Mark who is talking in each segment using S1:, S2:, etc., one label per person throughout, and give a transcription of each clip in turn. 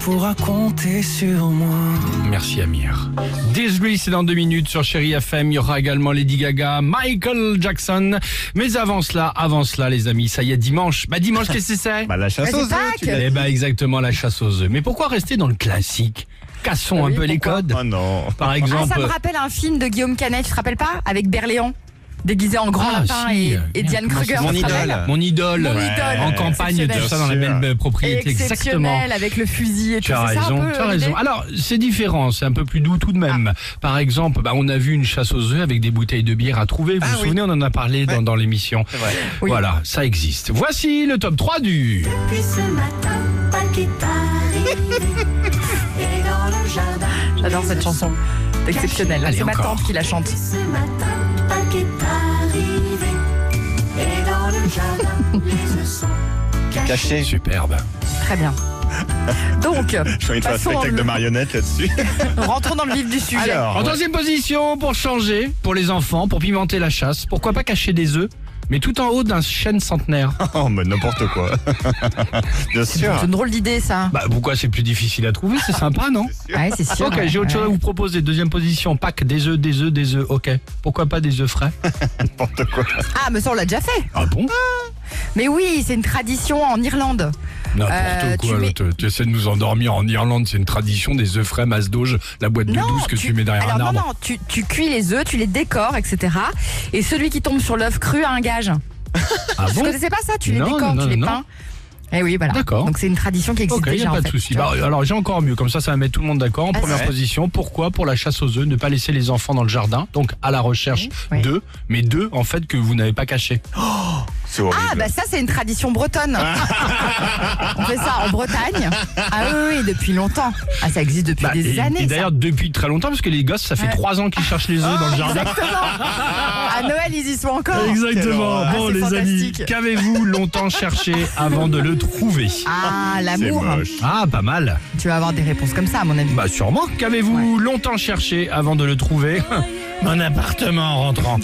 S1: pourras compter sur moi.
S2: Merci Amir. Disney, c'est dans deux minutes sur Chéri FM. Il y aura également Lady Gaga, Michael Jackson. Mais avant cela, avant cela, les amis, ça y est, dimanche. Bah dimanche, qu'est-ce que c'est
S3: Bah la chasse
S4: Bah,
S3: aux
S4: c'est
S3: œufs,
S4: Pâques.
S3: tu l'as
S2: Eh
S3: dit.
S2: bah exactement la chasse aux œufs. Mais pourquoi rester dans le classique Cassons un peu les codes.
S3: Oh non.
S2: Par
S4: Ah,
S2: exemple.
S4: ça me rappelle un film de Guillaume Canet, tu te rappelles pas Avec Berléand, déguisé en grand
S2: Ah,
S4: lapin
S2: si.
S4: et, et
S2: Merde,
S4: Diane
S2: comment
S4: Kruger.
S2: ça
S3: Mon
S4: tu te rappelles
S3: idole.
S2: Mon idole.
S4: Mon
S3: Ouais.
S4: idole.
S2: En campagne,
S4: Exceptionnel.
S2: tout ça dans la
S3: Sûr.
S2: même propriété. Exactement.
S4: Exceptionnel avec le fusil et
S2: Tu
S4: tout.
S2: as
S4: c'est ça un
S2: raison,
S4: peu,
S2: tu as
S4: euh,
S2: raison.
S4: l'idée
S2: Alors, c'est différent, c'est un peu plus doux tout de même. Par exemple, bah, on a vu une chasse aux œufs avec des bouteilles de bière à trouver. Vous
S3: Ah
S2: vous
S3: oui.
S2: souvenez, on en a parlé dans, dans l'émission.
S3: vrai.
S4: Oui.
S2: Voilà, ça existe. Voici le top 3 du...
S5: Puis ce matin, Pâques est arrivé. Et dans le jardin,
S4: J'adore cette chanson. Exceptionnelle.
S2: Allez,
S4: C'est ma
S2: encore.
S4: tante qui la chante.
S5: puis ce matin, Pâques est arrivé. Et dans le jardin, les œufs sont cachés.
S3: Caché.
S2: Superbe.
S4: Très bien. Donc,
S3: Je suis de faire un
S4: passons
S3: spectacle
S4: en-
S3: de marionnettes là-dessus.
S4: rentrons dans le vif du sujet.
S3: Alors,
S2: En troisième position, pour changer, pour les enfants, pour pimenter la chasse, pourquoi pas cacher des œufs, mais tout en haut d'un chêne centenaire
S3: oh, mais n'importe quoi. Bien sûr.
S4: C'est une drôle d'idée, ça.
S2: Bah pourquoi c'est plus difficile à trouver, c'est sympa, non
S4: Ouais, c'est sûr.
S2: Ok, j'ai autre chose à vous proposer. Deuxième position, pack des œufs, des œufs, des œufs. Ok, pourquoi pas des œufs frais
S3: N'importe quoi.
S4: Ah, mais ça, on l'a déjà fait.
S2: Ah bon
S4: Mais oui, c'est une tradition en Irlande.
S2: N'importe
S4: Euh,
S2: quoi,
S4: tu mets-
S2: là, tu, tu essaies de nous endormir en Irlande, c'est une tradition des œufs frais, masse d'auge, la boîte de douce que tu, mets derrière
S4: alors
S2: un arbre.
S4: non, non, tu, tu cuis les œufs, tu les décores, etc. Et celui qui tombe sur l'œuf cru a un gage.
S2: Ah
S4: Tu
S2: bon
S4: connaissais pas ça Tu les
S2: Non,
S4: décores,
S2: non,
S4: tu les
S2: non.
S4: peins. Et oui, voilà.
S2: D'accord.
S4: Donc c'est une tradition qui existe
S2: Ok, y
S4: déjà.
S2: a pas
S4: en
S2: de
S4: fait,
S2: souci.
S4: tu vois.
S2: Bah, alors j'ai encore mieux, comme ça ça va mettre tout le monde d'accord. En
S4: Vas-y.
S2: première
S3: Ouais.
S2: position, pourquoi Pour la chasse aux œufs, ne pas laisser les enfants dans le jardin, donc à la recherche
S4: Oui, oui.
S2: d'œufs, mais d'œufs en fait que vous n'avez pas cachés.
S3: C'est horrible.
S4: Ah bah ça c'est une tradition bretonne. On fait ça en Bretagne. Ah oui, oui, depuis longtemps. Ah ça existe depuis
S2: Bah,
S4: des
S2: et,
S4: années.
S2: et
S4: ça.
S2: d'ailleurs depuis très longtemps, parce que les gosses, ça fait
S4: Ouais. Ah,
S2: trois ans qu'ils cherchent les œufs dans le jardin.
S4: Exactement. À Noël ils y sont encore.
S2: Exactement.
S3: Ah,
S2: Bon
S4: c'est
S2: les amis,
S4: fantastique.
S2: qu'avez-vous longtemps cherché avant de le trouver
S4: Ah
S3: C'est
S4: l'amour.
S3: moche.
S2: Ah, pas mal.
S4: Tu vas avoir des réponses comme ça à mon avis.
S2: Bah sûrement. Qu'avez-vous longtemps cherché avant de le trouver Un appartement en rentrant.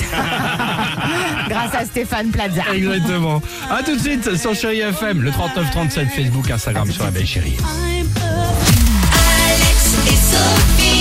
S4: Grâce à Stéphane Plaza.
S2: Exactement. À tout de suite sur Chéri FM, le 3937 Facebook, Instagram sur la belle chérie.
S5: Alex et Sophie.